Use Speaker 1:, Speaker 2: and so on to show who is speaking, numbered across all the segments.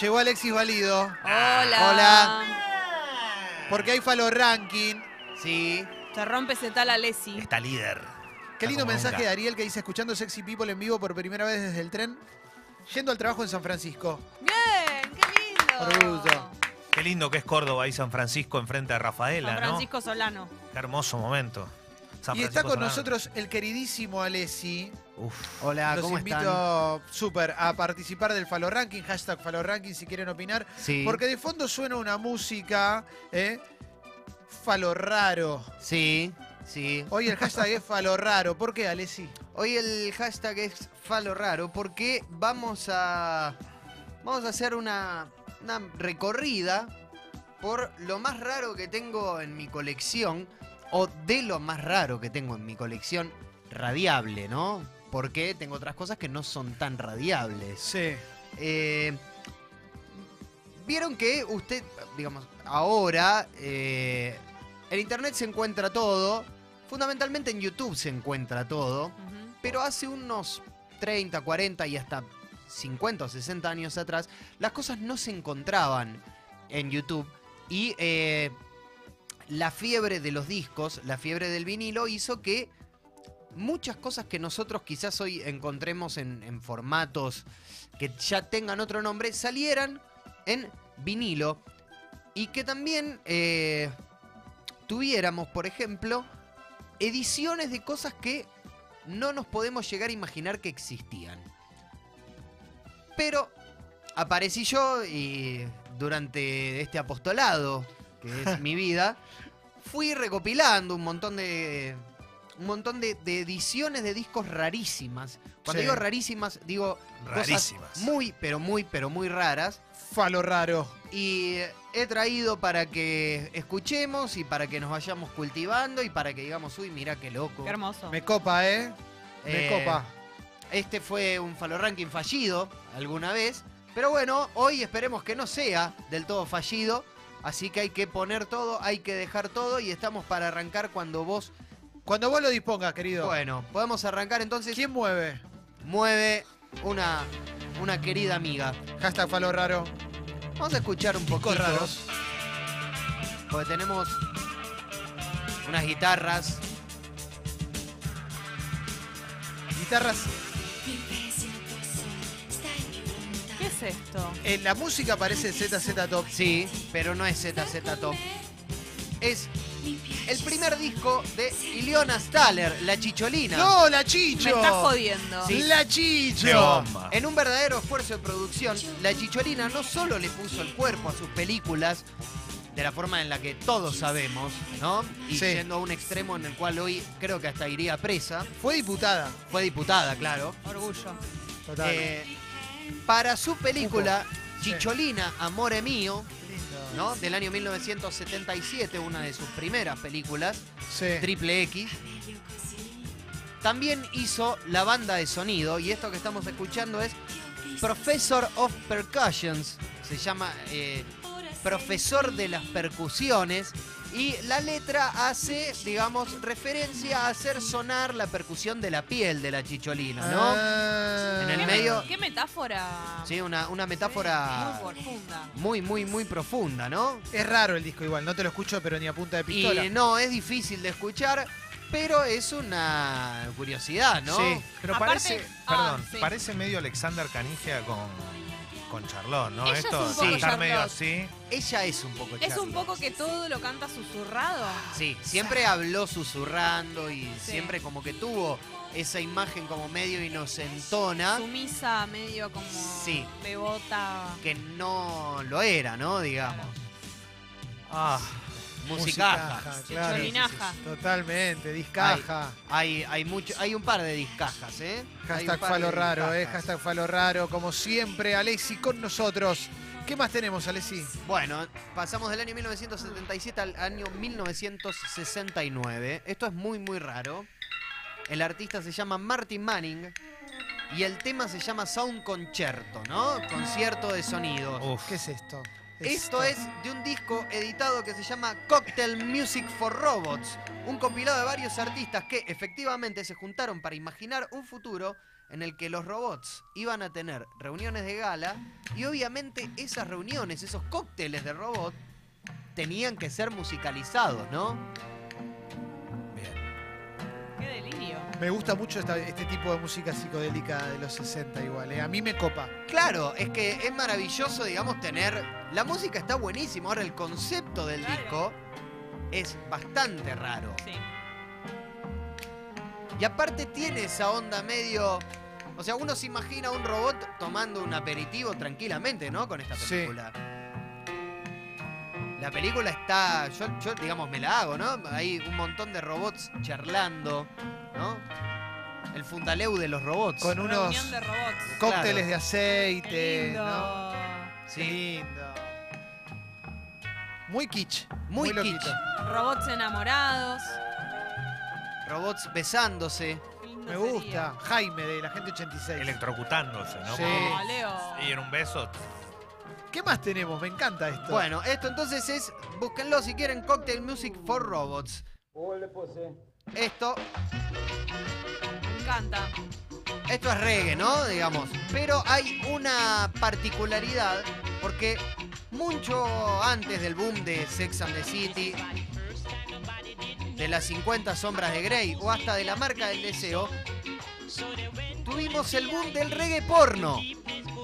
Speaker 1: Llegó Alexis Valido.
Speaker 2: Hola.
Speaker 1: Hola. Porque hay falo ranking. Sí.
Speaker 2: Te rompe ese tal Alessi.
Speaker 3: Está líder.
Speaker 1: Qué
Speaker 3: Está
Speaker 1: lindo
Speaker 3: como
Speaker 1: mensaje de
Speaker 3: nunca.
Speaker 1: Ariel que dice, escuchando Sexy People en vivo por primera vez desde el tren, yendo al trabajo en San Francisco.
Speaker 2: Bien, qué lindo.
Speaker 1: Orgullo.
Speaker 3: Qué lindo que es Córdoba y San Francisco enfrente de Rafaela,
Speaker 2: San Francisco Solano.
Speaker 3: ¿no? Qué hermoso momento. San
Speaker 1: y está
Speaker 3: Francisco
Speaker 1: con
Speaker 3: Solano.
Speaker 1: nosotros el queridísimo Alessi.
Speaker 3: Uf.
Speaker 4: Hola,
Speaker 1: Los
Speaker 4: Ah, ¿cómo están?
Speaker 1: invito súper a participar del Falo Ranking, hashtag Falo Ranking si quieren opinar.
Speaker 4: Sí,
Speaker 1: Porque de fondo suena una música, ¿eh? Falo raro.
Speaker 4: sí, sí.
Speaker 1: Hoy el hashtag es Falo raro. ¿Por qué, Alessi?
Speaker 4: Hoy el hashtag es falo raro porque vamos a vamos a hacer una, una recorrida por lo más raro que tengo en mi colección o de lo más raro que tengo en mi colección radiable, ¿no? Porque tengo otras cosas que no son tan radiables.
Speaker 1: Sí.
Speaker 4: Eh, Vieron que usted, digamos, ahora eh, en internet se encuentra todo, fundamentalmente en YouTube se encuentra todo,
Speaker 2: Ujú.
Speaker 4: pero hace unos 30, 40 y hasta 50 o 60 años atrás, las cosas no se encontraban en YouTube y eh, la fiebre de los discos, la fiebre del vinilo hizo que muchas cosas que nosotros quizás hoy encontremos en, en formatos que ya tengan otro nombre salieran en vinilo y que también eh, tuviéramos, por ejemplo, ediciones de cosas que no nos podemos llegar a imaginar que existían. Pero aparecí yo y durante este apostolado, que es mi vida, fui recopilando un montón de. un montón de, de ediciones de discos rarísimas. Cuando
Speaker 1: Sí.
Speaker 4: digo rarísimas, digo cosas
Speaker 3: Rarísimas.
Speaker 4: muy, pero muy, pero muy raras.
Speaker 1: Falo raro.
Speaker 4: Y he traído para que escuchemos y para que nos vayamos cultivando y para que digamos, uy, mira qué loco.
Speaker 2: Qué hermoso.
Speaker 1: Me copa, ¿eh? Me
Speaker 4: Eh,
Speaker 1: copa.
Speaker 4: Este fue un falo ranking fallido alguna vez. Pero bueno, hoy esperemos que no sea del todo fallido. Así que hay que poner todo, hay que dejar todo y estamos para arrancar cuando vos.
Speaker 1: Cuando vos lo dispongas, querido.
Speaker 4: Bueno, podemos arrancar entonces.
Speaker 1: ¿Quién mueve?
Speaker 4: Mueve una, una querida amiga.
Speaker 1: Hashtag Falo raro.
Speaker 4: Vamos a escuchar un poquito.
Speaker 1: raros.
Speaker 4: Porque tenemos unas guitarras.
Speaker 1: Guitarras.
Speaker 2: ¿Qué es esto?
Speaker 1: En la música parece ZZ Top.
Speaker 4: Sí, pero no es ZZ Top. Es el primer disco de Iliona Staller, la chicholina.
Speaker 1: ¡No, la Chicho!
Speaker 2: Me está jodiendo.
Speaker 4: Sí.
Speaker 1: ¡La Chicho!
Speaker 3: De bomba.
Speaker 4: En un verdadero esfuerzo de producción, la chicholina no solo le puso el cuerpo a sus películas, de la forma en la que todos sabemos, ¿no? Y
Speaker 1: Sí.
Speaker 4: yendo a un extremo en el cual hoy creo que hasta iría presa.
Speaker 1: Fue diputada.
Speaker 4: Fue diputada, claro.
Speaker 2: Orgullo.
Speaker 1: Total.
Speaker 4: Eh, para su película Chicholina, Amore Mío, ¿no? Del año 1977, una de sus primeras películas,
Speaker 1: Sí.
Speaker 4: Triple X. También hizo la banda de sonido y esto que estamos escuchando es Professor of Percussions, se llama eh, Profesor de las Percusiones y la letra hace, digamos, referencia a hacer sonar la percusión de la piel de la chicholina, ¿no?
Speaker 1: Ah.
Speaker 4: En el
Speaker 2: ¿Qué, me-
Speaker 4: medio-
Speaker 2: qué metáfora.
Speaker 4: Sí, una, una metáfora
Speaker 2: Muy profunda.
Speaker 4: muy, muy, muy profunda, ¿no?
Speaker 1: Es raro el disco igual, no te lo escucho, pero ni a punta de
Speaker 4: Y
Speaker 1: pistola.
Speaker 4: no, es difícil de escuchar, pero es una curiosidad, ¿no?
Speaker 3: Sí, pero
Speaker 2: Aparte-
Speaker 3: parece.
Speaker 2: ah,
Speaker 3: Perdón,
Speaker 2: sí.
Speaker 3: parece medio Alexander Canigia con, con Charlot, ¿no?
Speaker 2: Ella es
Speaker 3: Esto
Speaker 2: un
Speaker 4: poco
Speaker 3: estar medio
Speaker 2: Charlotte.
Speaker 3: así.
Speaker 4: Ella es un poco
Speaker 2: Es un
Speaker 4: Charlie.
Speaker 2: poco que todo lo canta susurrado.
Speaker 4: Sí, siempre habló susurrando y
Speaker 2: Sí.
Speaker 4: siempre como que tuvo esa imagen como medio
Speaker 1: Ah.
Speaker 4: inocentona
Speaker 2: Sumisa, medio como
Speaker 4: Sí.
Speaker 2: bebota.
Speaker 4: que no lo era, ¿no? Digamos.
Speaker 3: Ah,
Speaker 4: Musicaja.
Speaker 1: claro.
Speaker 2: Chicholinaja.
Speaker 1: Totalmente, discaja.
Speaker 4: Hay, hay, mucho, hay un par de discajas, ¿eh? Hay un
Speaker 1: Hashtag
Speaker 4: par de
Speaker 1: falo raro, eh.
Speaker 4: discajas.
Speaker 1: Hashtag falo raro. Como siempre, Alessi con nosotros. ¿Qué más tenemos, Alessi?
Speaker 4: Bueno, pasamos del año 1977 al año 1969. Esto es muy, muy raro. El artista se llama Martin Manning y el tema se llama Sound Concerto, ¿no? Concierto de sonidos.
Speaker 3: uf.
Speaker 1: ¿Qué es esto?
Speaker 4: Esto es de un disco editado que se llama Cocktail Music for Robots, un compilado de varios artistas que efectivamente se juntaron para imaginar un futuro en el que los robots iban a tener reuniones de gala y obviamente esas reuniones, esos cócteles de robot, tenían que ser musicalizados, ¿no?
Speaker 3: Bien.
Speaker 2: Qué delirio.
Speaker 1: Me gusta mucho esta- este tipo de música psicodélica de los 60 igual, ¿eh? A mí me copa.
Speaker 4: Claro, es que es maravilloso, digamos, tener... La música está buenísima, ahora el concepto del
Speaker 2: Claro.
Speaker 4: disco es bastante raro.
Speaker 2: Sí.
Speaker 4: Y aparte tiene esa onda medio. O sea, uno se imagina un robot tomando un aperitivo tranquilamente, ¿no? Con esta
Speaker 1: Sí.
Speaker 4: película. La película está. Yo, yo, digamos, me la hago, ¿no? Hay un montón de robots charlando, ¿no? El fundaleu de los robots.
Speaker 1: Con unos
Speaker 2: Reunión de robots.
Speaker 4: Co-
Speaker 1: cócteles
Speaker 4: Claro.
Speaker 1: de
Speaker 2: Qué
Speaker 1: aceite,
Speaker 2: lindo.
Speaker 1: ¿no? Qué
Speaker 4: Sí.
Speaker 1: lindo. Muy kitsch.
Speaker 4: Muy,
Speaker 1: loquito.
Speaker 4: kitsch.
Speaker 2: Robots enamorados.
Speaker 4: Robots besándose.
Speaker 2: Qué lindo
Speaker 1: Me
Speaker 2: sería.
Speaker 1: gusta. Jaime de la gente 86.
Speaker 3: Electrocutándose, ¿no?
Speaker 1: Sí.
Speaker 2: No, Leo.
Speaker 3: Y en un beso.
Speaker 1: ¿Qué más tenemos? Me encanta esto.
Speaker 4: Bueno, esto entonces es. Búsquenlo si quieren Cocktail Music for Robots. Esto
Speaker 2: Me encanta.
Speaker 4: Esto es reggae, ¿no? Digamos. Pero hay una particularidad, porque mucho antes del boom de Sex and the City, de las 50 sombras de Grey o hasta de la marca del deseo, tuvimos el boom del reggae porno.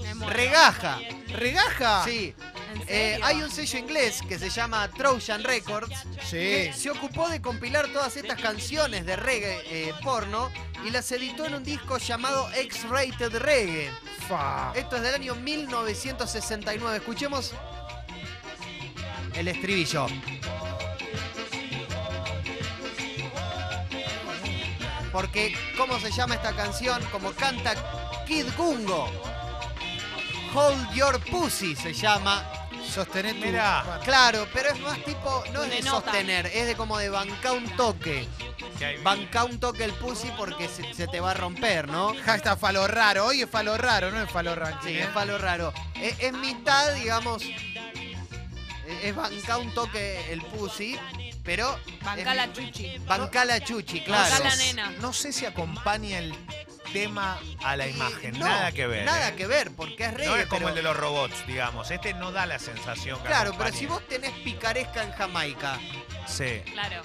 Speaker 2: Me muero.
Speaker 4: Regaja.
Speaker 1: ¿Regaja?
Speaker 4: Sí.
Speaker 2: Ah. ¿En
Speaker 4: Eh,
Speaker 2: serio?
Speaker 4: hay un sello inglés que se llama Trojan Records
Speaker 1: Sí.
Speaker 4: que se ocupó de compilar todas estas canciones de reggae eh, porno y las editó en un disco llamado X-Rated Reggae.
Speaker 1: Fa.
Speaker 4: Esto es del año 1969. Escuchemos el estribillo. Porque, ¿cómo se llama esta canción? Como canta Kid Gungo. Hold Your Pussy se llama.
Speaker 1: Sostener tu...
Speaker 3: Mirá.
Speaker 1: Bueno,
Speaker 4: Claro, pero es más tipo, no es
Speaker 2: Le
Speaker 4: de
Speaker 2: nota.
Speaker 4: sostener, es de como de bancar un toque.
Speaker 3: que hay-
Speaker 4: Banca un toque el pussy porque se, se te va a romper, ¿no?
Speaker 1: Hashtag falo raro. Hoy es falo raro, no es falo ranking.
Speaker 4: Sí,
Speaker 1: ¿eh?
Speaker 4: es palo raro. Es, es mitad, digamos. es- Es bancar un toque el pussy, pero.
Speaker 2: Bancá
Speaker 4: es-
Speaker 2: la chuchi.
Speaker 4: Bancá la chuchi, claro.
Speaker 2: Bancá la nena.
Speaker 3: No sé si acompaña el tema a la
Speaker 4: Y-
Speaker 3: imagen.
Speaker 4: no,
Speaker 3: nada que ver.
Speaker 4: Nada
Speaker 3: ¿eh?
Speaker 4: que ver, porque es reggae.
Speaker 3: No es como
Speaker 4: pero-
Speaker 3: el de los robots, digamos. Este no da la sensación que
Speaker 4: Claro, pero
Speaker 3: acompaña.
Speaker 4: si vos tenés picaresca en Jamaica,
Speaker 3: Sí.
Speaker 2: Claro.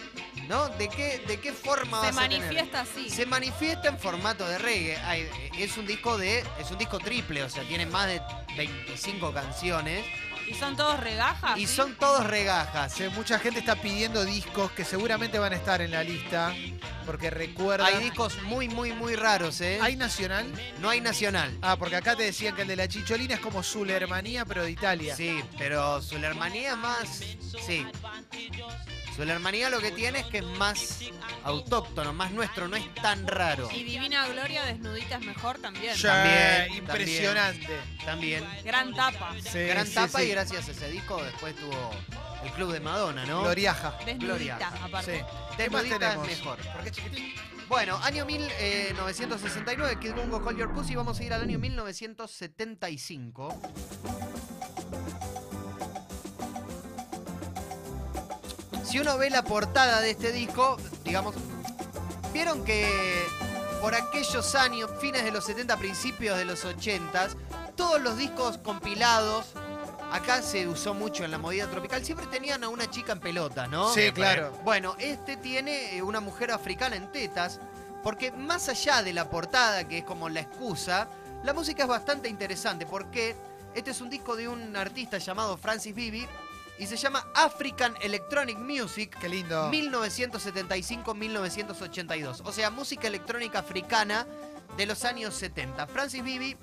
Speaker 4: ¿no? ¿De qué, de qué forma
Speaker 2: Se
Speaker 4: vas a tener?
Speaker 2: manifiesta así.
Speaker 4: Se manifiesta en formato de reggae. Ay, Es un disco de. Es un disco triple, o sea, tiene más de 25 canciones.
Speaker 2: Y son todos regajas.
Speaker 4: Y
Speaker 2: Ah, ¿sí?
Speaker 4: son todos regajas. ¿eh?
Speaker 1: Sí, mucha gente está pidiendo discos que seguramente van a estar en la lista. Porque recuerda.
Speaker 4: Hay discos muy, muy, muy raros, ¿eh?
Speaker 1: ¿Hay nacional?
Speaker 4: No hay nacional.
Speaker 1: Ah, porque acá te decían que el de la chicholina es como Zulermanía, pero de Italia.
Speaker 4: Sí, pero su hermanía más. Sí. Su hermanía lo que tiene es que es más autóctono, más nuestro, no es tan raro.
Speaker 2: Y Divina Gloria desnudita es mejor también.
Speaker 1: Sí,
Speaker 4: También,
Speaker 1: impresionante.
Speaker 4: También.
Speaker 2: Gran tapa.
Speaker 1: Sí,
Speaker 4: Gran
Speaker 1: sí,
Speaker 4: tapa
Speaker 1: sí.
Speaker 4: y gracias a ese disco después tuvo el Club de Madonna, ¿no?
Speaker 1: Gloriaja.
Speaker 2: Desnudita,
Speaker 4: Gloria.
Speaker 2: aparte.
Speaker 1: Sí. ¿Qué más
Speaker 4: Desnudita es
Speaker 1: tenemos?
Speaker 4: mejor.
Speaker 1: Porque es chiquitín.
Speaker 4: Bueno, año eh, 1969, Kid Bungo, Hold Your Pussy, vamos a ir al año 1975. Si uno ve la portada de este disco, digamos, vieron que por aquellos años, fines de los 70, principios de los 80, todos los discos compilados, acá se usó mucho en la movida tropical, siempre tenían a una chica en pelota, ¿no?
Speaker 1: Sí, claro.
Speaker 4: Bueno, este tiene eh, una mujer africana en tetas, porque más allá de la portada, que es como la excusa, la música es bastante interesante, porque este es un disco de un artista llamado Francis Bibi y se llama African Electronic Music.
Speaker 1: Qué lindo.
Speaker 4: 1975-1982, o sea, música electrónica africana de los años 70. Francis Bibi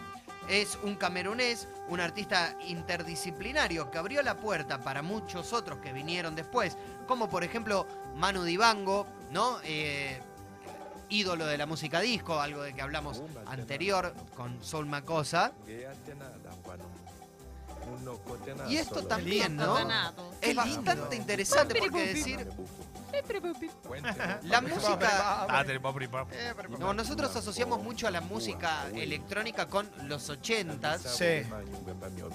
Speaker 4: es un camerunés, un artista interdisciplinario que abrió la puerta para muchos otros que vinieron después, como por ejemplo Manu Dibango, ¿no? Eh, ídolo de la música disco, algo de que hablamos anterior con Sol Macosa. Y esto también,
Speaker 1: lindo.
Speaker 4: ¿no?
Speaker 2: Cotonado.
Speaker 4: Es bastante interesante porque decir la música... Eh,
Speaker 3: Ah, te- popri, pop.
Speaker 4: No, nosotros asociamos mucho a la música electrónica con los 80s,
Speaker 1: Sí.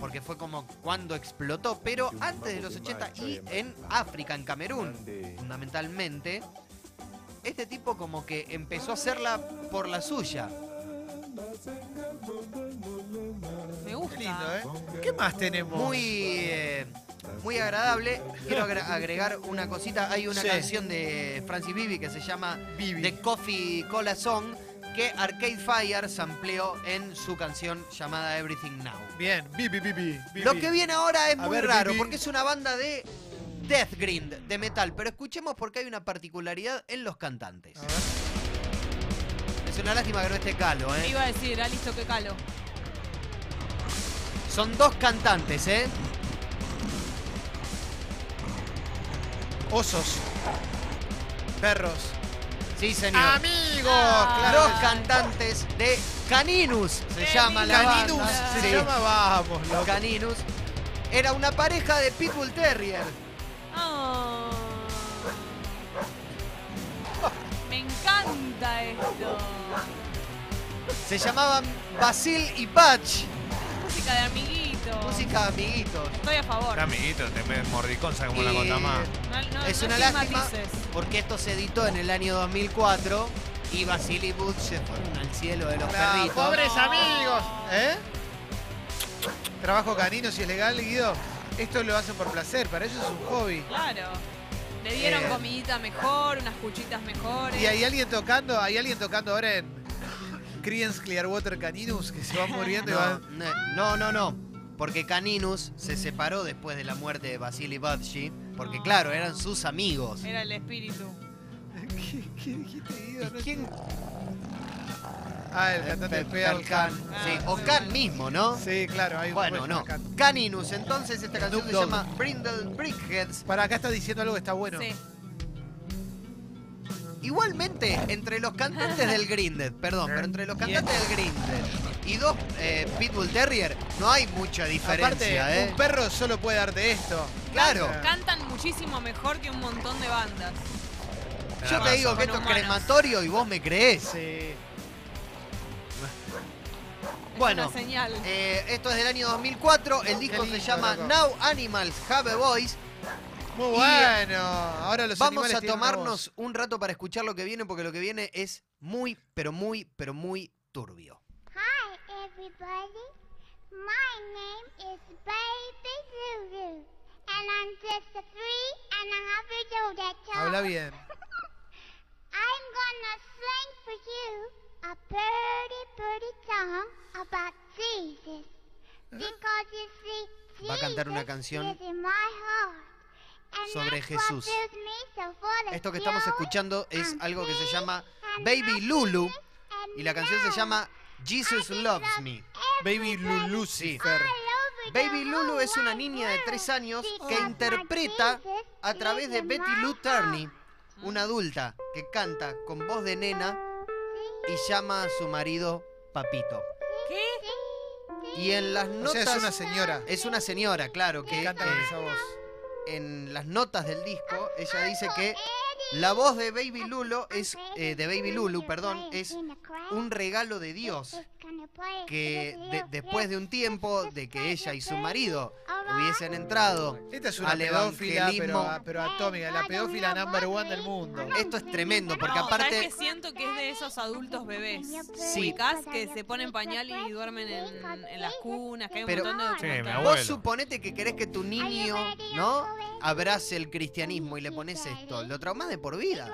Speaker 4: porque fue como cuando explotó, pero antes de los 80 y en África, en Camerún, fundamentalmente, este tipo como que empezó a hacerla por la suya.
Speaker 2: Me
Speaker 1: Qué
Speaker 2: gusta.
Speaker 1: lindo, ¿eh? ¿Qué más tenemos?
Speaker 4: Muy, eh, muy agradable. Quiero agra- agregar una cosita. Hay una
Speaker 1: Sí.
Speaker 4: canción de Francis Bibi que se llama
Speaker 1: Bibi.
Speaker 4: The Coffee Cola Song que Arcade Fire sampleó en su canción llamada Everything Now.
Speaker 1: Bien, Bibi, Bibi. Bibi.
Speaker 4: Lo que viene ahora es
Speaker 1: A
Speaker 4: muy
Speaker 1: ver,
Speaker 4: raro
Speaker 1: Bibi.
Speaker 4: porque es una banda de death grind, de metal, pero escuchemos porque hay una particularidad en los cantantes.
Speaker 1: A ver.
Speaker 4: Es una lástima que no esté Calo,
Speaker 2: Te
Speaker 4: ¿eh?
Speaker 2: Iba a decir, ah, listo, que calo.
Speaker 4: Son dos cantantes, ¿eh?
Speaker 1: Osos. Perros.
Speaker 4: Sí, señor.
Speaker 1: Amigos,
Speaker 2: Ah.
Speaker 1: claro.
Speaker 4: Los cantantes de Caninus se
Speaker 2: Caninus.
Speaker 4: llama la
Speaker 1: Caninus Ah,
Speaker 4: banda.
Speaker 1: se
Speaker 4: Sí,
Speaker 1: llama, vamos, loco.
Speaker 4: Caninus. Era una pareja de People Terrier.
Speaker 2: Ah. Me encanta esto.
Speaker 4: Se llamaban Basil y Patch.
Speaker 2: Música de amiguito.
Speaker 4: Música de amiguitos.
Speaker 2: Estoy a favor.
Speaker 3: Está amiguito, te ves mordiconza como la
Speaker 4: Y-
Speaker 3: contama.
Speaker 2: No- no-
Speaker 4: Es
Speaker 2: no
Speaker 4: una
Speaker 2: sin
Speaker 4: lástima
Speaker 2: matices.
Speaker 4: porque esto se editó en el año 2004 y Basil y Butch se fueron al cielo de los
Speaker 1: Claro,
Speaker 4: perritos.
Speaker 1: Pobres amigos, ¿eh? Trabajo canino, si es legal, Guido. Esto lo hacen por placer, para ellos es un hobby.
Speaker 2: Claro. Le dieron
Speaker 1: Eh.
Speaker 2: comidita mejor, unas cuchitas mejores.
Speaker 1: Y hay alguien tocando, hay alguien tocando ahora en Creedence Clearwater Caninus que se va muriendo y
Speaker 4: No,
Speaker 1: va.
Speaker 4: no, no, no, Porque Caninus se separó después de la muerte de Basil y Butch. Porque claro, eran sus amigos.
Speaker 2: Era el espíritu.
Speaker 1: ¿Qué, qué dijiste, Guido? Eh, No-
Speaker 4: ¿Y quién
Speaker 1: Ah, el cantante de Pearl
Speaker 4: Can.
Speaker 1: Can.
Speaker 4: Sí, o Can mismo, ¿no?
Speaker 1: Sí, claro, hay un
Speaker 4: Bueno, no. Caninus, entonces esta canción se
Speaker 1: Snoop Dogg.
Speaker 4: llama Brindle Brickheads.
Speaker 1: Para acá está diciendo algo que está bueno.
Speaker 2: Sí.
Speaker 4: Igualmente, entre los cantantes del Grinded, perdón, pero entre los cantantes del Grinded y dos eh, Pitbull Terrier, no hay mucha
Speaker 1: Aparte,
Speaker 4: diferencia, ¿eh?
Speaker 1: un perro solo puede darte esto.
Speaker 4: Claro.
Speaker 2: Cantan muchísimo mejor que un montón de bandas.
Speaker 4: Yo
Speaker 1: Ah,
Speaker 4: te digo que esto es
Speaker 2: Con humanos.
Speaker 4: crematorio y vos me creés.
Speaker 1: Sí.
Speaker 2: Es
Speaker 4: Bueno.
Speaker 2: una señal.
Speaker 4: Eh, esto es del año 2004, el disco
Speaker 1: lindo,
Speaker 4: se llama
Speaker 1: loco.
Speaker 4: Now Animals Have a Voice.
Speaker 1: Muy
Speaker 4: Y-
Speaker 1: bueno. Ahora los
Speaker 4: eh, Vamos
Speaker 1: animales
Speaker 4: a
Speaker 1: tienen una
Speaker 4: tomarnos un rato para escuchar lo que viene, porque lo que viene es muy, pero muy, pero muy turbio.
Speaker 5: Hi, everybody. My name is Baby Lulu, and I'm just a three and a half year old at
Speaker 1: voz. Habla bien.
Speaker 5: I'm gonna sing for you a pretty, pretty song about Jesus. Because you see,
Speaker 4: ¿Eh? Va a
Speaker 5: Jesus
Speaker 4: cantar una canción
Speaker 5: is in my heart. And
Speaker 4: sobre
Speaker 5: that's what
Speaker 4: Jesús.
Speaker 5: fills me so full of
Speaker 4: Esto que estamos
Speaker 5: joy
Speaker 4: escuchando es
Speaker 5: and
Speaker 4: algo que se
Speaker 5: peace
Speaker 4: llama
Speaker 5: and
Speaker 4: Baby Lulu
Speaker 5: happiness and
Speaker 4: y la canción se
Speaker 5: love.
Speaker 4: llama Jesus
Speaker 5: I can
Speaker 4: Loves
Speaker 5: love
Speaker 4: Me.
Speaker 1: Baby
Speaker 5: everybody
Speaker 1: Lulu
Speaker 4: Sí.
Speaker 1: Lucifer.
Speaker 4: Baby Lulu es una niña de 3 años que interpreta a través de Betty Lou Turney, una adulta que canta con voz de nena y llama a su marido Papito.
Speaker 2: ¿Qué?
Speaker 4: Y en
Speaker 1: O
Speaker 4: las
Speaker 1: sea,
Speaker 4: notas
Speaker 1: es una señora.
Speaker 4: es una señora, claro,
Speaker 1: Me
Speaker 4: que
Speaker 1: encanta
Speaker 4: eh,
Speaker 1: esa voz.
Speaker 4: en las notas del disco ella dice que la voz de Baby Lulo es eh, de Baby Lulu, perdón, es un regalo de Dios que de- después de un tiempo de que ella y su marido hubiesen entrado.
Speaker 1: Esta es una
Speaker 4: al
Speaker 1: pedófila, pero,
Speaker 4: evangelismo.
Speaker 1: a- pero atómica. La pedófila number one del mundo.
Speaker 4: Esto es tremendo, porque
Speaker 2: No,
Speaker 4: aparte...
Speaker 2: ¿sabes que siento que es de esos adultos bebés.
Speaker 4: Sí.
Speaker 2: Ubicás que se ponen pañal y duermen en, en las cunas, que hay un
Speaker 4: Pero-
Speaker 2: montón de
Speaker 3: Sí, mi
Speaker 2: documentales.
Speaker 3: abuelo.
Speaker 4: Vos suponete que querés que tu niño, ¿no? Abrace el cristianismo y le pones esto. Lo traumás de por vida.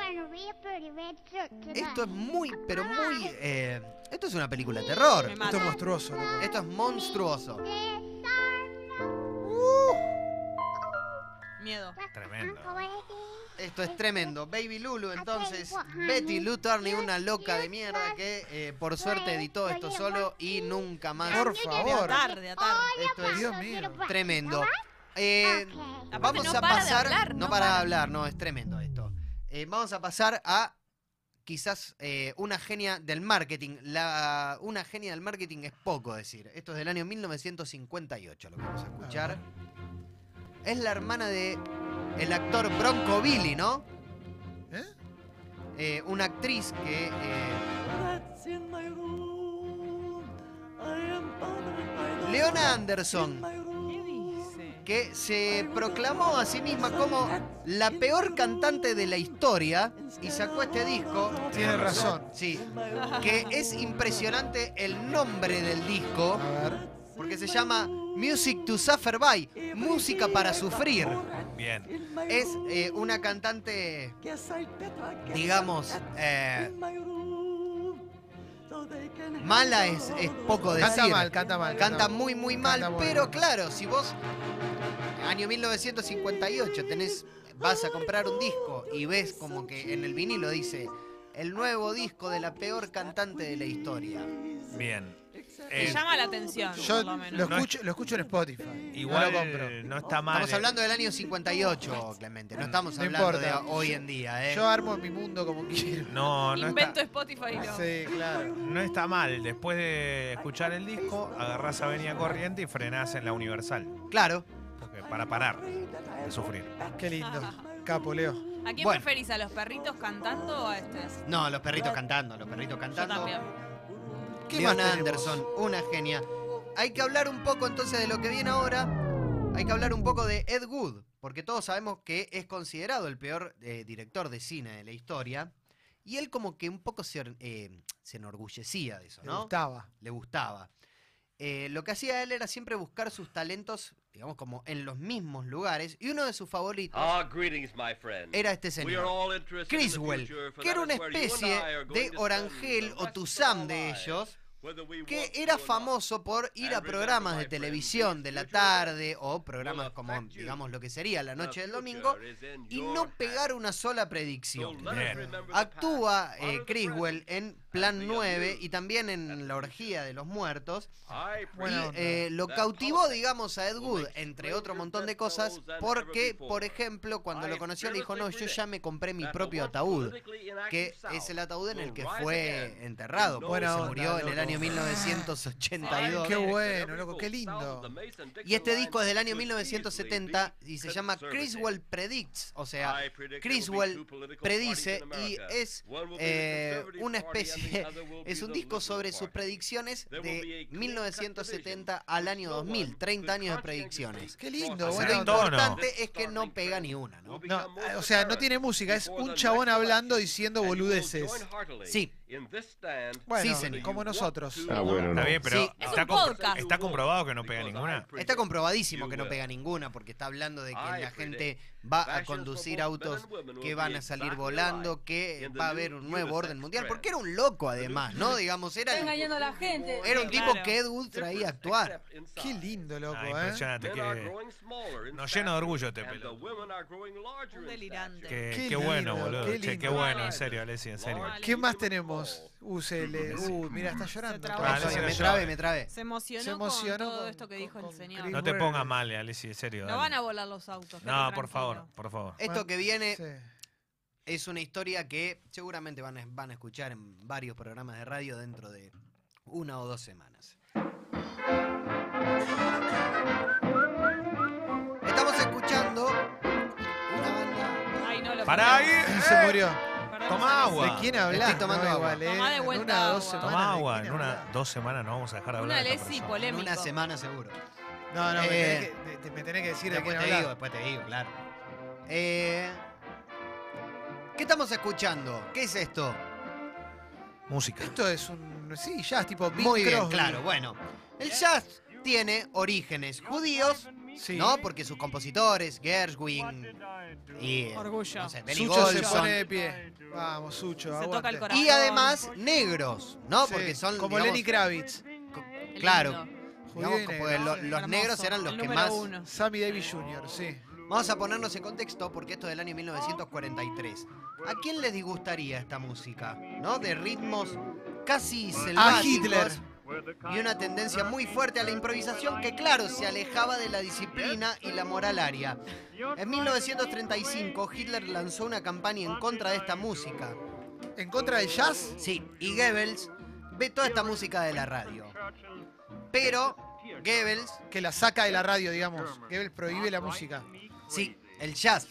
Speaker 4: Esto es muy, pero
Speaker 5: Ah,
Speaker 4: muy... eh, esto es una película de terror.
Speaker 2: Me
Speaker 1: Esto es
Speaker 2: mata.
Speaker 1: monstruoso, loco.
Speaker 4: Esto es monstruoso. Uh,
Speaker 2: Miedo.
Speaker 3: Tremendo.
Speaker 4: Esto es tremendo. Baby Lulu, entonces, Betty Lou Turney, una loca de mierda que eh, por suerte editó esto solo y nunca más.
Speaker 1: Por favor.
Speaker 2: Tarde, a tarde.
Speaker 4: Esto es
Speaker 1: Dios mío.
Speaker 4: tremendo. Eh,
Speaker 5: Ok.
Speaker 4: vamos
Speaker 2: no
Speaker 4: a
Speaker 2: para de
Speaker 4: pasar.
Speaker 2: hablar,
Speaker 4: no
Speaker 2: no
Speaker 4: para de
Speaker 2: para.
Speaker 4: hablar, no, es tremendo esto. Eh, vamos a pasar a quizás eh, una genia del marketing. La, una genia del marketing es poco decir. Esto es del año 1958 lo que vamos a escuchar. Es la hermana de el actor Bronco Billy, ¿no?
Speaker 1: ¿Eh?
Speaker 4: Eh, una actriz que eh,
Speaker 6: Rats in my room. I am bothered by the
Speaker 4: Leona
Speaker 6: rats
Speaker 4: Anderson.
Speaker 6: in my room.
Speaker 2: ¿Qué dice?
Speaker 4: que se proclamó a sí misma como la peor cantante de la historia y sacó este disco.
Speaker 1: Tiene razón.
Speaker 4: Sí,
Speaker 6: In my room.
Speaker 4: que es impresionante el nombre del disco,
Speaker 1: A ver.
Speaker 4: porque se llama Music to Suffer By, Música para Sufrir.
Speaker 3: Bien.
Speaker 6: In my
Speaker 4: Es
Speaker 6: room.
Speaker 4: eh, una cantante,
Speaker 6: Guess I better get
Speaker 4: digamos,
Speaker 6: some rats
Speaker 4: eh,
Speaker 6: in my room, so they can
Speaker 4: mala
Speaker 6: have
Speaker 4: es,
Speaker 6: a
Speaker 4: es
Speaker 6: roll.
Speaker 4: poco decir.
Speaker 1: Canta mal, canta mal.
Speaker 4: Canta muy, muy mal,
Speaker 1: Canta muy
Speaker 4: pero
Speaker 1: mal.
Speaker 4: claro, si vos, año 1958, tenés, vas a comprar un disco y ves como que en el vinilo dice el nuevo disco de la peor cantante de la historia.
Speaker 3: Bien.
Speaker 2: Me
Speaker 3: Eh,
Speaker 2: llama la atención,
Speaker 1: Yo
Speaker 2: por lo menos.
Speaker 1: lo escucho, lo escucho en Spotify.
Speaker 3: Igual
Speaker 1: no
Speaker 3: eh,
Speaker 1: lo compro.
Speaker 3: no está mal.
Speaker 4: Estamos hablando del año 58, Clemente, no estamos
Speaker 1: No
Speaker 4: hablando de
Speaker 1: importa.
Speaker 4: hoy en día, ¿eh?
Speaker 1: Yo armo mi mundo como quiero.
Speaker 3: No, no está,
Speaker 2: Invento Spotify y lo.
Speaker 1: Sí, claro.
Speaker 3: no está mal. Después de escuchar el disco, agarrás Avenida Corriente y frenás en la Universal.
Speaker 4: Claro,
Speaker 3: Porque- para parar de sufrir.
Speaker 1: Qué lindo. Capo, Leo.
Speaker 2: ¿A quién
Speaker 4: Bueno.
Speaker 2: preferís? ¿A los perritos cantando o a estas?
Speaker 4: no, los perritos cantando, los perritos
Speaker 2: Yo
Speaker 4: cantando.
Speaker 2: también.
Speaker 1: ¿Qué
Speaker 4: Leona
Speaker 1: más tenemos?
Speaker 4: Anderson, una genia. Hay que hablar un poco entonces de lo que viene ahora. Hay que hablar un poco de Ed Wood, porque todos sabemos que es considerado el peor eh, director de cine de la historia. Y él como que un poco se, or- eh, se enorgullecía de eso,
Speaker 1: Me
Speaker 4: ¿no?
Speaker 1: gustaba.
Speaker 4: Le gustaba. Eh, lo que hacía él era siempre buscar sus talentos, digamos, como en los mismos lugares. Y uno de sus favoritos
Speaker 7: Ah, greetings, my friend.
Speaker 4: era este
Speaker 7: We are
Speaker 4: señor.
Speaker 7: all interested in the
Speaker 4: Criswell,
Speaker 7: future, for
Speaker 4: que era
Speaker 7: that
Speaker 4: una
Speaker 7: is where you and
Speaker 4: especie
Speaker 7: I are going
Speaker 4: de
Speaker 7: to spend
Speaker 4: Orangel
Speaker 7: the
Speaker 4: o
Speaker 7: rest of
Speaker 4: Tuzam
Speaker 7: our
Speaker 4: de
Speaker 7: lives,
Speaker 4: ellos,
Speaker 7: whether we
Speaker 4: que
Speaker 7: want to
Speaker 4: era
Speaker 7: or not.
Speaker 4: famoso por ir a programas de televisión de la tarde o programas como, digamos, lo que sería la
Speaker 7: The
Speaker 4: noche del
Speaker 7: future
Speaker 4: domingo
Speaker 7: is in
Speaker 4: y
Speaker 7: your
Speaker 4: no
Speaker 7: hands.
Speaker 4: pegar una sola
Speaker 7: So
Speaker 4: predicción.
Speaker 7: let us
Speaker 3: Bien.
Speaker 7: remember the
Speaker 4: Actúa
Speaker 7: past,
Speaker 4: eh,
Speaker 7: honor the
Speaker 4: Criswell
Speaker 7: present.
Speaker 4: en Plan 9 y también en La Orgía de los Muertos.
Speaker 7: I
Speaker 4: Y
Speaker 1: Buena
Speaker 7: pray-
Speaker 1: onda.
Speaker 4: eh, lo cautivó, digamos, a Ed Wood, entre otro montón de cosas, porque, por ejemplo, cuando lo conoció le dijo, no, yo ya me compré mi
Speaker 7: that the
Speaker 4: propio
Speaker 7: once
Speaker 4: ataúd
Speaker 7: politically inactive
Speaker 4: que
Speaker 7: South
Speaker 4: es el ataúd en el
Speaker 7: will
Speaker 4: que
Speaker 7: rise
Speaker 4: fue
Speaker 7: again.
Speaker 4: enterrado, porque
Speaker 1: Buena
Speaker 4: se
Speaker 1: onda,
Speaker 4: murió en el
Speaker 1: loco.
Speaker 4: año
Speaker 1: Ay, qué
Speaker 4: 1982.
Speaker 1: bueno, loco, qué lindo.
Speaker 4: Y este disco es del año 1970 y se llama Criswell Predicts, o sea, Criswell predice y es eh, una especie, es un disco sobre sus predicciones de 1970 al año 2000, 30 años de predicciones.
Speaker 1: Qué lindo,
Speaker 3: Así
Speaker 1: bueno.
Speaker 3: que
Speaker 4: Lo
Speaker 3: todo-
Speaker 4: importante es que no pega ni una, ¿no?
Speaker 1: No, eh, o sea, no tiene música, es un chabón hablando diciendo boludeces.
Speaker 4: Sí.
Speaker 1: Bueno,
Speaker 4: Sí, señor.
Speaker 1: como nosotros.
Speaker 8: Ah, bueno, no.
Speaker 3: Está bien, pero
Speaker 4: Sí.
Speaker 2: Es
Speaker 3: está,
Speaker 2: un
Speaker 3: compro-
Speaker 2: podcast.
Speaker 3: está comprobado que no pega ninguna.
Speaker 4: Está comprobadísimo que no pega ninguna porque está hablando de que la gente va a conducir autos que van a salir volando, que va a haber un nuevo orden mundial, porque era un loco además, ¿no? Digamos, era,
Speaker 9: engañando a la gente.
Speaker 4: era un tipo
Speaker 2: Claro.
Speaker 4: que Ed Wood traía a actuar.
Speaker 1: Qué lindo, loco,
Speaker 3: Ah,
Speaker 1: ¿eh?
Speaker 3: impresionante. Que, nos llena de orgullo te pelo.
Speaker 2: Un delirante.
Speaker 3: que-
Speaker 1: Qué
Speaker 3: qué bueno,
Speaker 1: lindo,
Speaker 3: boludo.
Speaker 1: qué
Speaker 3: Che, qué
Speaker 1: lindo.
Speaker 3: bueno, en serio, Alessi, en serio.
Speaker 7: Vale.
Speaker 1: ¿Qué más tenemos? UCL. Uh, mira, está llorando.
Speaker 2: Se
Speaker 1: Rafa.
Speaker 3: trabó.
Speaker 4: Ay, me
Speaker 3: Vale,
Speaker 4: trabe, me trabe.
Speaker 2: Se emocionó,
Speaker 1: Se emocionó
Speaker 2: con todo
Speaker 1: con-
Speaker 2: esto que dijo
Speaker 1: con-
Speaker 2: el
Speaker 1: con
Speaker 2: señor.
Speaker 1: Chris
Speaker 3: No te pongas mal, Alessi, en serio.
Speaker 2: No
Speaker 3: dale.
Speaker 2: van a volar los autos.
Speaker 3: No,
Speaker 2: quédate
Speaker 3: por favor,
Speaker 2: tranquilo.
Speaker 3: por favor.
Speaker 4: Esto que viene
Speaker 1: Sí.
Speaker 4: es una historia que seguramente van a, van a escuchar en varios programas de radio dentro de una o dos semanas. Estamos escuchando una banda.
Speaker 2: Ay, no lo
Speaker 3: Pará ahí.
Speaker 2: perdemos,
Speaker 1: Y se
Speaker 3: eh.
Speaker 1: murió.
Speaker 2: perdemos
Speaker 3: Toma
Speaker 2: a
Speaker 3: agua.
Speaker 1: ¿De quién hablas?
Speaker 4: Estoy tomando
Speaker 1: no,
Speaker 4: agua.
Speaker 1: igual, eh.
Speaker 2: Tomá de
Speaker 1: En
Speaker 2: vuelta
Speaker 1: una o dos
Speaker 2: agua.
Speaker 1: semanas.
Speaker 3: Toma
Speaker 1: ¿de
Speaker 3: agua,
Speaker 1: quién
Speaker 3: en una,
Speaker 1: hablas?
Speaker 3: dos semanas no vamos a dejar
Speaker 2: Alessi.
Speaker 3: hablar.
Speaker 2: Una
Speaker 3: a esta
Speaker 2: Lessi
Speaker 3: persona.
Speaker 4: En
Speaker 2: polémico.
Speaker 4: una semana seguro.
Speaker 1: No, no, me,
Speaker 4: Eh,
Speaker 1: tenés que, te- te- me tenés que decir de quién
Speaker 4: Después te digo,
Speaker 1: hablas.
Speaker 4: después te digo, claro. Eh, ¿Qué estamos escuchando? ¿Qué es esto?
Speaker 3: Música.
Speaker 1: Esto es un. Sí, jazz, tipo Bing
Speaker 4: Muy bien,
Speaker 1: Crosby.
Speaker 4: claro, bueno. El jazz tiene orígenes judíos,
Speaker 1: Sí.
Speaker 4: ¿no? Porque sus compositores, Gershwin y eh,
Speaker 2: Orgullo.
Speaker 4: no sé, Benny
Speaker 1: Sucho se
Speaker 4: Golson,
Speaker 1: pone de pie. Vamos, Sucho.
Speaker 2: Se
Speaker 1: aguante.
Speaker 2: toca el corazón.
Speaker 4: y además negros, ¿no?
Speaker 1: Sí,
Speaker 4: Porque son
Speaker 1: como
Speaker 4: digamos,
Speaker 1: Lenny Kravitz.
Speaker 2: Qué
Speaker 4: claro.
Speaker 2: lindo.
Speaker 1: Judío
Speaker 4: digamos,
Speaker 1: y
Speaker 4: como
Speaker 1: negro.
Speaker 4: que lo- los
Speaker 2: Hermoso.
Speaker 4: negros eran los
Speaker 2: El
Speaker 4: que
Speaker 2: número
Speaker 4: más
Speaker 2: uno.
Speaker 1: Sammy Davis Jr., sí.
Speaker 4: Vamos a ponernos en contexto porque esto es del año 1943. ¿A quién les disgustaría esta música? ¿No? De ritmos casi selváticos.
Speaker 1: Hitler.
Speaker 4: Y una tendencia muy fuerte a la improvisación que, claro, se alejaba de la disciplina y la moral aria. En 1935, Hitler lanzó una campaña en contra de esta música.
Speaker 1: ¿En contra del jazz?
Speaker 4: Sí, y Goebbels ve toda esta música de la radio. Pero Goebbels,
Speaker 1: Que la saca de la radio, digamos. Goebbels prohíbe la música.
Speaker 4: sí, el jazz.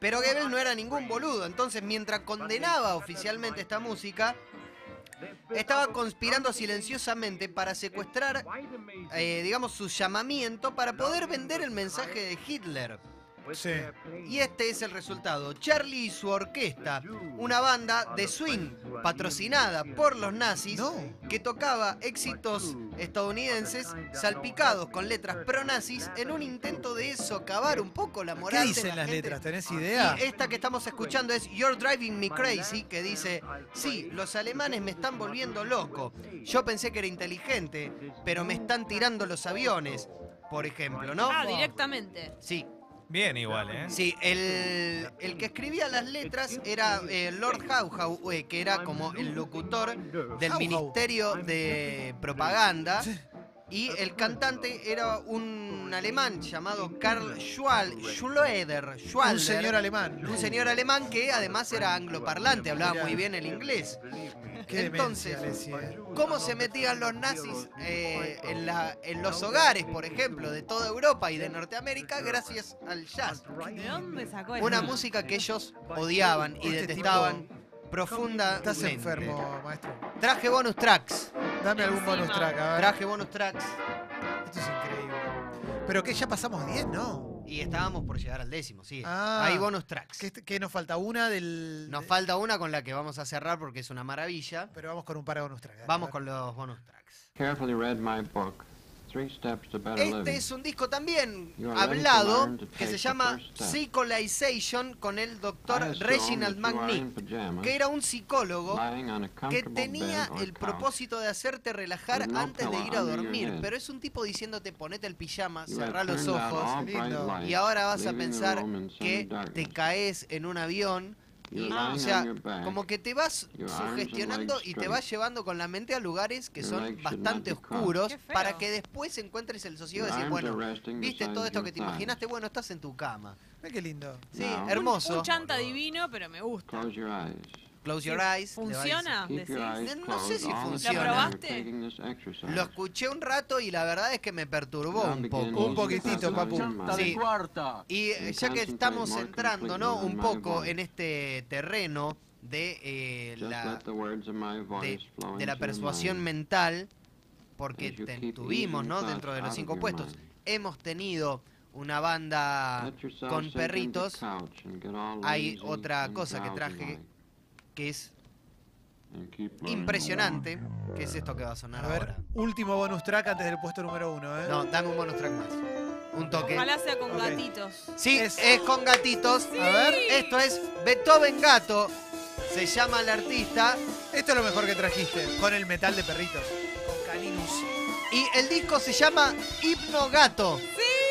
Speaker 4: Pero Goebbels no era ningún boludo, entonces mientras condenaba oficialmente esta música, estaba conspirando silenciosamente para secuestrar, eh, digamos, su llamamiento para poder vender el mensaje de Hitler.
Speaker 1: Sí.
Speaker 4: Y este es el resultado. Charlie y su orquesta, una banda de swing patrocinada por los nazis
Speaker 1: No.
Speaker 4: que tocaba éxitos estadounidenses salpicados con letras pro-nazis en un intento de socavar un poco la moral.
Speaker 1: ¿Qué
Speaker 4: de
Speaker 1: dicen
Speaker 4: la
Speaker 1: las
Speaker 4: gente.
Speaker 1: letras? ¿Tenés idea?
Speaker 4: Y esta que estamos escuchando es You're Driving Me Crazy, que dice, sí, los alemanes me están volviendo loco. Yo pensé que era inteligente, pero me están tirando los aviones, por ejemplo, ¿no?
Speaker 2: Ah, directamente.
Speaker 4: Sí,
Speaker 3: Bien igual, ¿eh?
Speaker 4: Sí, el, el que escribía las letras era eh, Lord Hauhau, eh, que era como el locutor del
Speaker 1: Hauhau.
Speaker 4: Ministerio de Propaganda. Y el cantante era un alemán llamado Karl Schwal, Schlueder, Schwalder.
Speaker 1: Un señor alemán.
Speaker 4: Un señor alemán que además era angloparlante, hablaba muy bien el inglés.
Speaker 1: Qué demencia,
Speaker 4: Entonces,
Speaker 1: Alessia.
Speaker 4: ¿Cómo se metían los nazis eh, en, la- en los hogares, por ejemplo, de toda Europa y de Norteamérica gracias al jazz?
Speaker 2: ¿De dónde sacó el
Speaker 4: Una
Speaker 2: nombre?
Speaker 4: música que ellos odiaban y
Speaker 1: Este
Speaker 4: detestaban profunda.
Speaker 1: Estás enfermo, maestro.
Speaker 4: Traje bonus tracks.
Speaker 1: Dame algún bonus
Speaker 2: Encima.
Speaker 1: track, a ver.
Speaker 4: Traje bonus tracks.
Speaker 1: Esto es increíble. Pero que ya pasamos 10, ¿no?
Speaker 4: Y estábamos por llegar al décimo, sí.
Speaker 1: Ah.
Speaker 4: Hay bonus tracks.
Speaker 1: ¿Qué, qué nos falta? Una del.
Speaker 4: Nos falta una con la que vamos a cerrar porque es una maravilla.
Speaker 1: Pero vamos con un par de bonus track. dale,
Speaker 4: Vamos
Speaker 1: a ver.
Speaker 4: con los bonus tracks.
Speaker 8: Carefully read my book, Three Steps to Better
Speaker 4: Este
Speaker 8: Living.
Speaker 4: es un disco también
Speaker 8: You are
Speaker 4: hablado
Speaker 8: ready to learn to
Speaker 4: que
Speaker 8: take
Speaker 4: se
Speaker 8: the
Speaker 4: llama
Speaker 8: first step.
Speaker 4: Psycholization con el doctor
Speaker 8: I assume
Speaker 4: Reginald
Speaker 8: that you are in
Speaker 4: McNick,
Speaker 8: pajamas,
Speaker 4: que era un psicólogo
Speaker 8: lying on a
Speaker 4: que
Speaker 8: comfortable
Speaker 4: tenía
Speaker 8: bed or
Speaker 4: el
Speaker 8: couch.
Speaker 4: propósito de hacerte relajar
Speaker 8: With no
Speaker 4: antes de
Speaker 8: pillow
Speaker 4: ir a
Speaker 8: under your
Speaker 4: dormir,
Speaker 8: head.
Speaker 4: pero es un tipo diciéndote ponete el pijama,
Speaker 8: You have
Speaker 4: cerrá los
Speaker 8: turned out all
Speaker 4: ojos
Speaker 8: bright
Speaker 1: lindo.
Speaker 8: lights,
Speaker 4: y ahora vas a
Speaker 8: leaving the
Speaker 4: pensar
Speaker 8: room in semi
Speaker 4: que te
Speaker 8: darkness.
Speaker 4: caes en un avión. Y,
Speaker 8: You're lying
Speaker 4: o
Speaker 8: on
Speaker 4: sea,
Speaker 8: your back.
Speaker 4: como que te vas
Speaker 8: Your arms and
Speaker 4: sugestionando
Speaker 8: legs
Speaker 4: y te
Speaker 8: straight.
Speaker 4: vas llevando con la mente a lugares que
Speaker 8: Your legs
Speaker 4: son
Speaker 8: should
Speaker 4: bastante
Speaker 8: not be crossed.
Speaker 4: oscuros
Speaker 2: Qué feo.
Speaker 4: para que después encuentres el sosiego y
Speaker 8: Your
Speaker 4: decir,
Speaker 8: arms
Speaker 4: bueno,
Speaker 8: are resting
Speaker 4: viste
Speaker 8: beside
Speaker 4: todo esto
Speaker 8: your
Speaker 4: que te
Speaker 8: thighs.
Speaker 4: imaginaste, bueno, estás en tu cama.
Speaker 1: Mirá qué lindo.
Speaker 4: Sí,
Speaker 8: No.
Speaker 4: hermoso.
Speaker 2: Un chanta divino, pero me gusta.
Speaker 8: Close your eyes.
Speaker 4: Close your eyes. le va a decir.
Speaker 2: ¿Funciona?
Speaker 8: Keep your
Speaker 2: Decís.
Speaker 8: eyes
Speaker 4: No sé
Speaker 8: closed
Speaker 4: si
Speaker 8: all the
Speaker 4: funciona.
Speaker 8: time you're
Speaker 2: ¿Lo probaste?
Speaker 8: taking this exercise.
Speaker 4: Lo escuché un rato y la verdad es que me perturbó
Speaker 8: Now
Speaker 4: un
Speaker 8: begin
Speaker 4: poco.
Speaker 8: using
Speaker 1: Un poquitito,
Speaker 8: the
Speaker 1: papu.
Speaker 8: sound of
Speaker 4: Sí.
Speaker 8: your mind.
Speaker 4: Y eh, ya que estamos entrando, ¿no? Un poco en este terreno de, eh,
Speaker 8: Just
Speaker 4: la,
Speaker 8: let the words of my voice
Speaker 4: de,
Speaker 8: flow
Speaker 4: de la
Speaker 8: into your
Speaker 4: persuasión
Speaker 8: mind.
Speaker 4: mental, porque
Speaker 8: As you
Speaker 4: te-
Speaker 8: keep
Speaker 4: tuvimos,
Speaker 8: easing
Speaker 4: ¿no?
Speaker 8: thoughts
Speaker 4: Dentro de
Speaker 8: out
Speaker 4: los
Speaker 8: of
Speaker 4: cinco
Speaker 8: your
Speaker 4: puestos,
Speaker 8: mind.
Speaker 4: hemos tenido una banda
Speaker 8: Let yourself
Speaker 4: con
Speaker 8: sink into
Speaker 4: perritos,
Speaker 8: couch and get all
Speaker 4: Hay
Speaker 8: lazy
Speaker 4: otra
Speaker 8: and
Speaker 4: cosa que
Speaker 8: drowsy
Speaker 4: traje
Speaker 8: like.
Speaker 4: que es
Speaker 8: And keep learning.
Speaker 4: impresionante, que es esto que va a sonar
Speaker 1: A ver,
Speaker 4: ahora.
Speaker 1: último bonus track antes del puesto número uno, ¿eh?
Speaker 4: No, dame un bonus track más. Un toque.
Speaker 2: Ojalá sea con
Speaker 1: Ok.
Speaker 2: gatitos.
Speaker 4: Sí,
Speaker 1: Es-
Speaker 4: es, con gatitos.
Speaker 2: A ver.
Speaker 4: Esto es Beethoven Gato. Se llama el artista.
Speaker 1: Esto es lo mejor que trajiste, con el metal de perritos. Con caninus.
Speaker 4: Y el disco se llama Hipno Gato.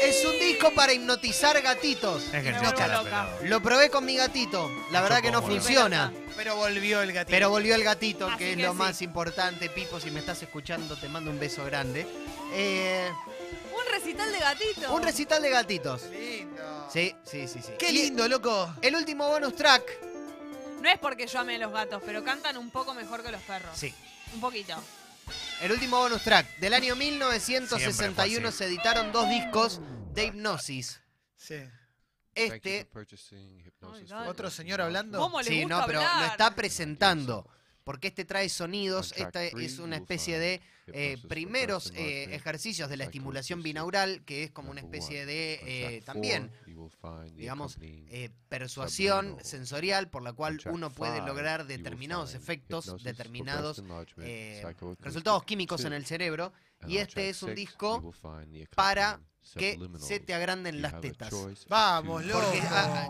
Speaker 4: Es un disco para hipnotizar gatitos.
Speaker 3: Es que
Speaker 2: Me
Speaker 3: el
Speaker 2: vuelvo
Speaker 3: chacho era
Speaker 2: loca.
Speaker 3: pelado.
Speaker 4: Lo probé con mi gatito. La verdad que no
Speaker 3: Chocó, boludo.
Speaker 4: funciona.
Speaker 1: Pero volvió el gatito.
Speaker 4: Pero volvió el gatito,
Speaker 2: Así
Speaker 4: que es
Speaker 2: que
Speaker 4: lo
Speaker 2: sí.
Speaker 4: más importante. Pipo, si me estás escuchando, te mando un beso grande. Eh,
Speaker 2: Un recital de gatitos.
Speaker 4: un recital de gatitos.
Speaker 1: Lindo.
Speaker 4: Sí, sí, sí, sí.
Speaker 1: Qué
Speaker 4: Y
Speaker 1: lindo, loco.
Speaker 4: El último bonus track.
Speaker 2: No es porque yo ame a los gatos, pero cantan un poco mejor que los perros.
Speaker 4: Sí.
Speaker 2: Un poquito.
Speaker 4: El último bonus track. Del año
Speaker 3: Siempre fue
Speaker 4: 1961
Speaker 3: así.
Speaker 4: se editaron dos discos de hipnosis.
Speaker 1: Sí.
Speaker 4: Este,
Speaker 1: Otro señor hablando.
Speaker 2: ¿Cómo les
Speaker 4: sí,
Speaker 2: gusta
Speaker 4: no, pero lo
Speaker 2: hablar?
Speaker 4: está presentando. Porque este trae sonidos, esta es una especie de eh, primeros eh, ejercicios de la estimulación binaural, que es como una especie de eh, también, digamos, eh, persuasión sensorial por la cual uno puede lograr determinanos efectos, determinados eh, resultados químicos en el cerebro. Y este es un disco para que se te agranden las tetas.
Speaker 1: Vamos, loco.
Speaker 4: Porque, ah,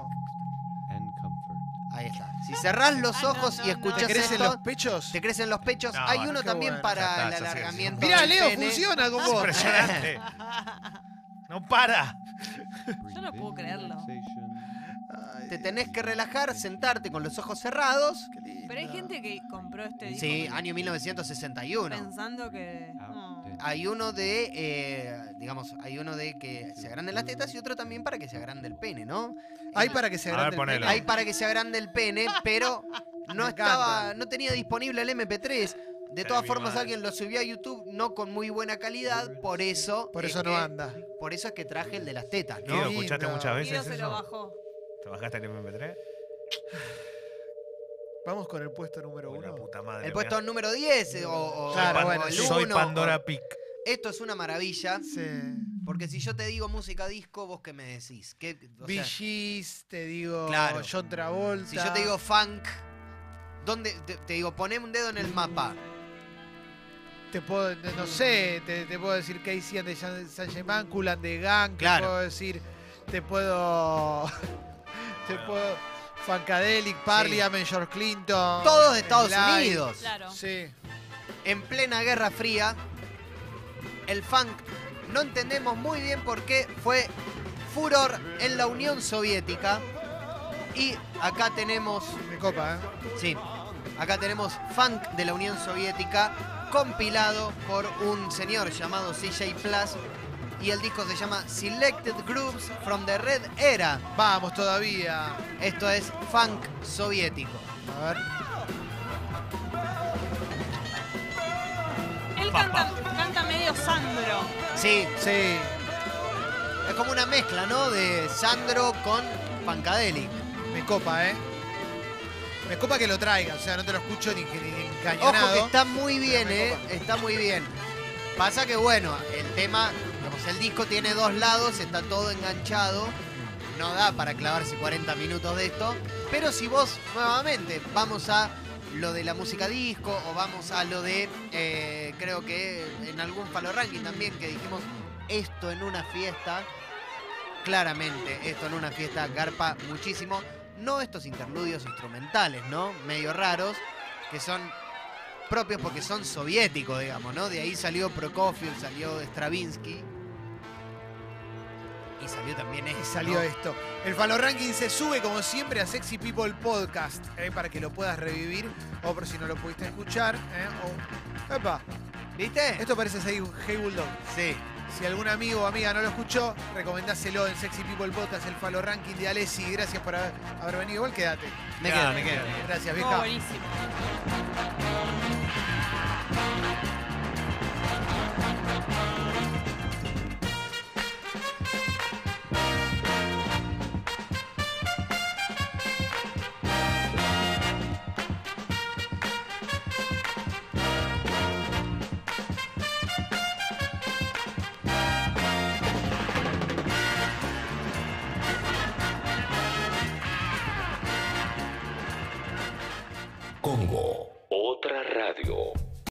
Speaker 4: Ahí está. Si cerrás los
Speaker 2: Ah, no,
Speaker 4: ojos y
Speaker 2: no, no.
Speaker 1: ¿Te
Speaker 4: escuchás
Speaker 1: crecen
Speaker 4: esto,
Speaker 1: los pechos?
Speaker 4: te crecen los pechos.
Speaker 3: No,
Speaker 4: Hay
Speaker 3: no,
Speaker 4: uno
Speaker 1: qué
Speaker 4: también
Speaker 1: bueno.
Speaker 4: para
Speaker 3: Ya está,
Speaker 4: el
Speaker 3: ya sé,
Speaker 4: alargamiento.
Speaker 1: Mirá,
Speaker 4: del
Speaker 1: Leo,
Speaker 4: pene.
Speaker 1: funciona
Speaker 4: Ah,
Speaker 1: con
Speaker 3: Es
Speaker 1: vos.
Speaker 3: impresionante. No para.
Speaker 2: Yo no puedo creerlo.
Speaker 4: Te tenés que relajar, sentarte con los ojos cerrados.
Speaker 2: Pero hay gente gente que compró este disco
Speaker 4: Sí, año 1961.
Speaker 2: pensando que.
Speaker 3: Ah,
Speaker 2: no.
Speaker 3: sí.
Speaker 4: Hay uno de, eh, digamos, hay uno de que se agranden las tetas y otro también para que se agrande el pene, ¿no?
Speaker 1: Hay para que se
Speaker 3: A ver,
Speaker 1: agrande el
Speaker 3: ponelo.
Speaker 1: pene.
Speaker 4: Hay para que se agrande el pene, pero no
Speaker 1: Me
Speaker 4: estaba,
Speaker 1: encanta.
Speaker 4: no tenía disponible el MP3. De todas
Speaker 3: Terminal.
Speaker 4: formas, alguien lo subió a YouTube, no con muy buena calidad, por eso.
Speaker 1: Por
Speaker 4: es
Speaker 1: eso no
Speaker 4: que-
Speaker 1: anda.
Speaker 4: Por eso es que traje el de las tetas,
Speaker 3: Guido,
Speaker 4: ¿no?
Speaker 1: Sí,
Speaker 3: ¿escuchaste
Speaker 1: pero-
Speaker 3: muchas
Speaker 2: Guido
Speaker 3: veces
Speaker 2: se lo
Speaker 3: eso?
Speaker 2: bajó.
Speaker 3: ¿Te bajaste el MP3?
Speaker 1: Vamos con el puesto número
Speaker 3: Uy, la
Speaker 1: uno.
Speaker 3: puta madre.
Speaker 4: El
Speaker 3: mirá.
Speaker 4: puesto número 10 eh, o, o-
Speaker 3: Soy
Speaker 1: Claro,
Speaker 4: o
Speaker 3: Pan-
Speaker 1: bueno,
Speaker 4: el
Speaker 3: Soy
Speaker 4: uno,
Speaker 3: Pandora Pic.
Speaker 4: o- Esto es una maravilla,
Speaker 1: Sí.
Speaker 4: porque si yo te digo música disco, vos qué me decís? ¿Qué- o sea,
Speaker 1: VGs, te digo
Speaker 4: Claro.
Speaker 1: John Travolta.
Speaker 4: si yo te digo funk, ¿dónde te, te digo poneme un dedo en el mapa?
Speaker 1: Te puedo, no sé, te, te puedo decir Casey and the San Germán, Cool and the Gang,
Speaker 4: Claro.
Speaker 1: te puedo decir, te puedo, te
Speaker 3: Bueno.
Speaker 1: puedo, Funkadelic, Parliament, George Clinton.
Speaker 4: Todos de Estados
Speaker 1: Sly.
Speaker 4: Unidos.
Speaker 2: Claro.
Speaker 1: Sí.
Speaker 4: en plena Guerra Fría, el funk, no entendemos muy bien por qué, fue furor en la Unión Soviética. Y acá tenemos,
Speaker 1: Me copa, ¿eh?
Speaker 4: sí, acá tenemos funk de la Unión Soviética compilado por un señor llamado CJ Plus. Y el disco se llama Selected Groups from the Red Era.
Speaker 1: Vamos todavía.
Speaker 4: Esto es funk soviético.
Speaker 1: A ver.
Speaker 2: Él canta, canta medio Sandro.
Speaker 4: Sí,
Speaker 1: Sí.
Speaker 4: es como una mezcla, ¿no? De Sandro con Funkadelic.
Speaker 1: Me copa, ¿eh? Me copa que lo traiga, o sea, no te lo escucho ni, ni, ni
Speaker 4: Ojo que
Speaker 1: encañonado.
Speaker 4: está muy bien,
Speaker 1: Pero me
Speaker 4: eh. Está muy bien. Pasa que bueno, el tema, digamos, el disco tiene dos lados, está todo enganchado. No da para clavarse 40 minutos de esto. Pero si vos, nuevamente, vamos a lo de la música disco o vamos a lo de, eh, creo que en algún Falo Ranking también, que dijimos esto en una fiesta. Claramente, esto en una fiesta garpa muchísimo. No estos interludios instrumentales, ¿no? Medio raros, que son propios porque son soviéticos, digamos, ¿no? De ahí salió Prokofiev, salió Stravinsky. Y salió también este.
Speaker 1: Y salió esto. El Falo Ranking se sube, como siempre, a Sexy People Podcast, ¿eh? para que lo puedas revivir, o por si no lo pudiste escuchar. ¿eh? O- Epa,
Speaker 4: ¿Viste?
Speaker 1: esto parece Hey Hey Bulldog.
Speaker 4: Sí.
Speaker 1: Si algún amigo o amiga no lo escuchó, recomendáselo en Sexy People Podcast, el Falo Ranking de Alessi. Gracias por haber, haber venido. Igual quédate.
Speaker 4: Me quedo, me quedo.
Speaker 1: Gracias,
Speaker 2: Estuvo
Speaker 1: vieja.
Speaker 2: buenísimo.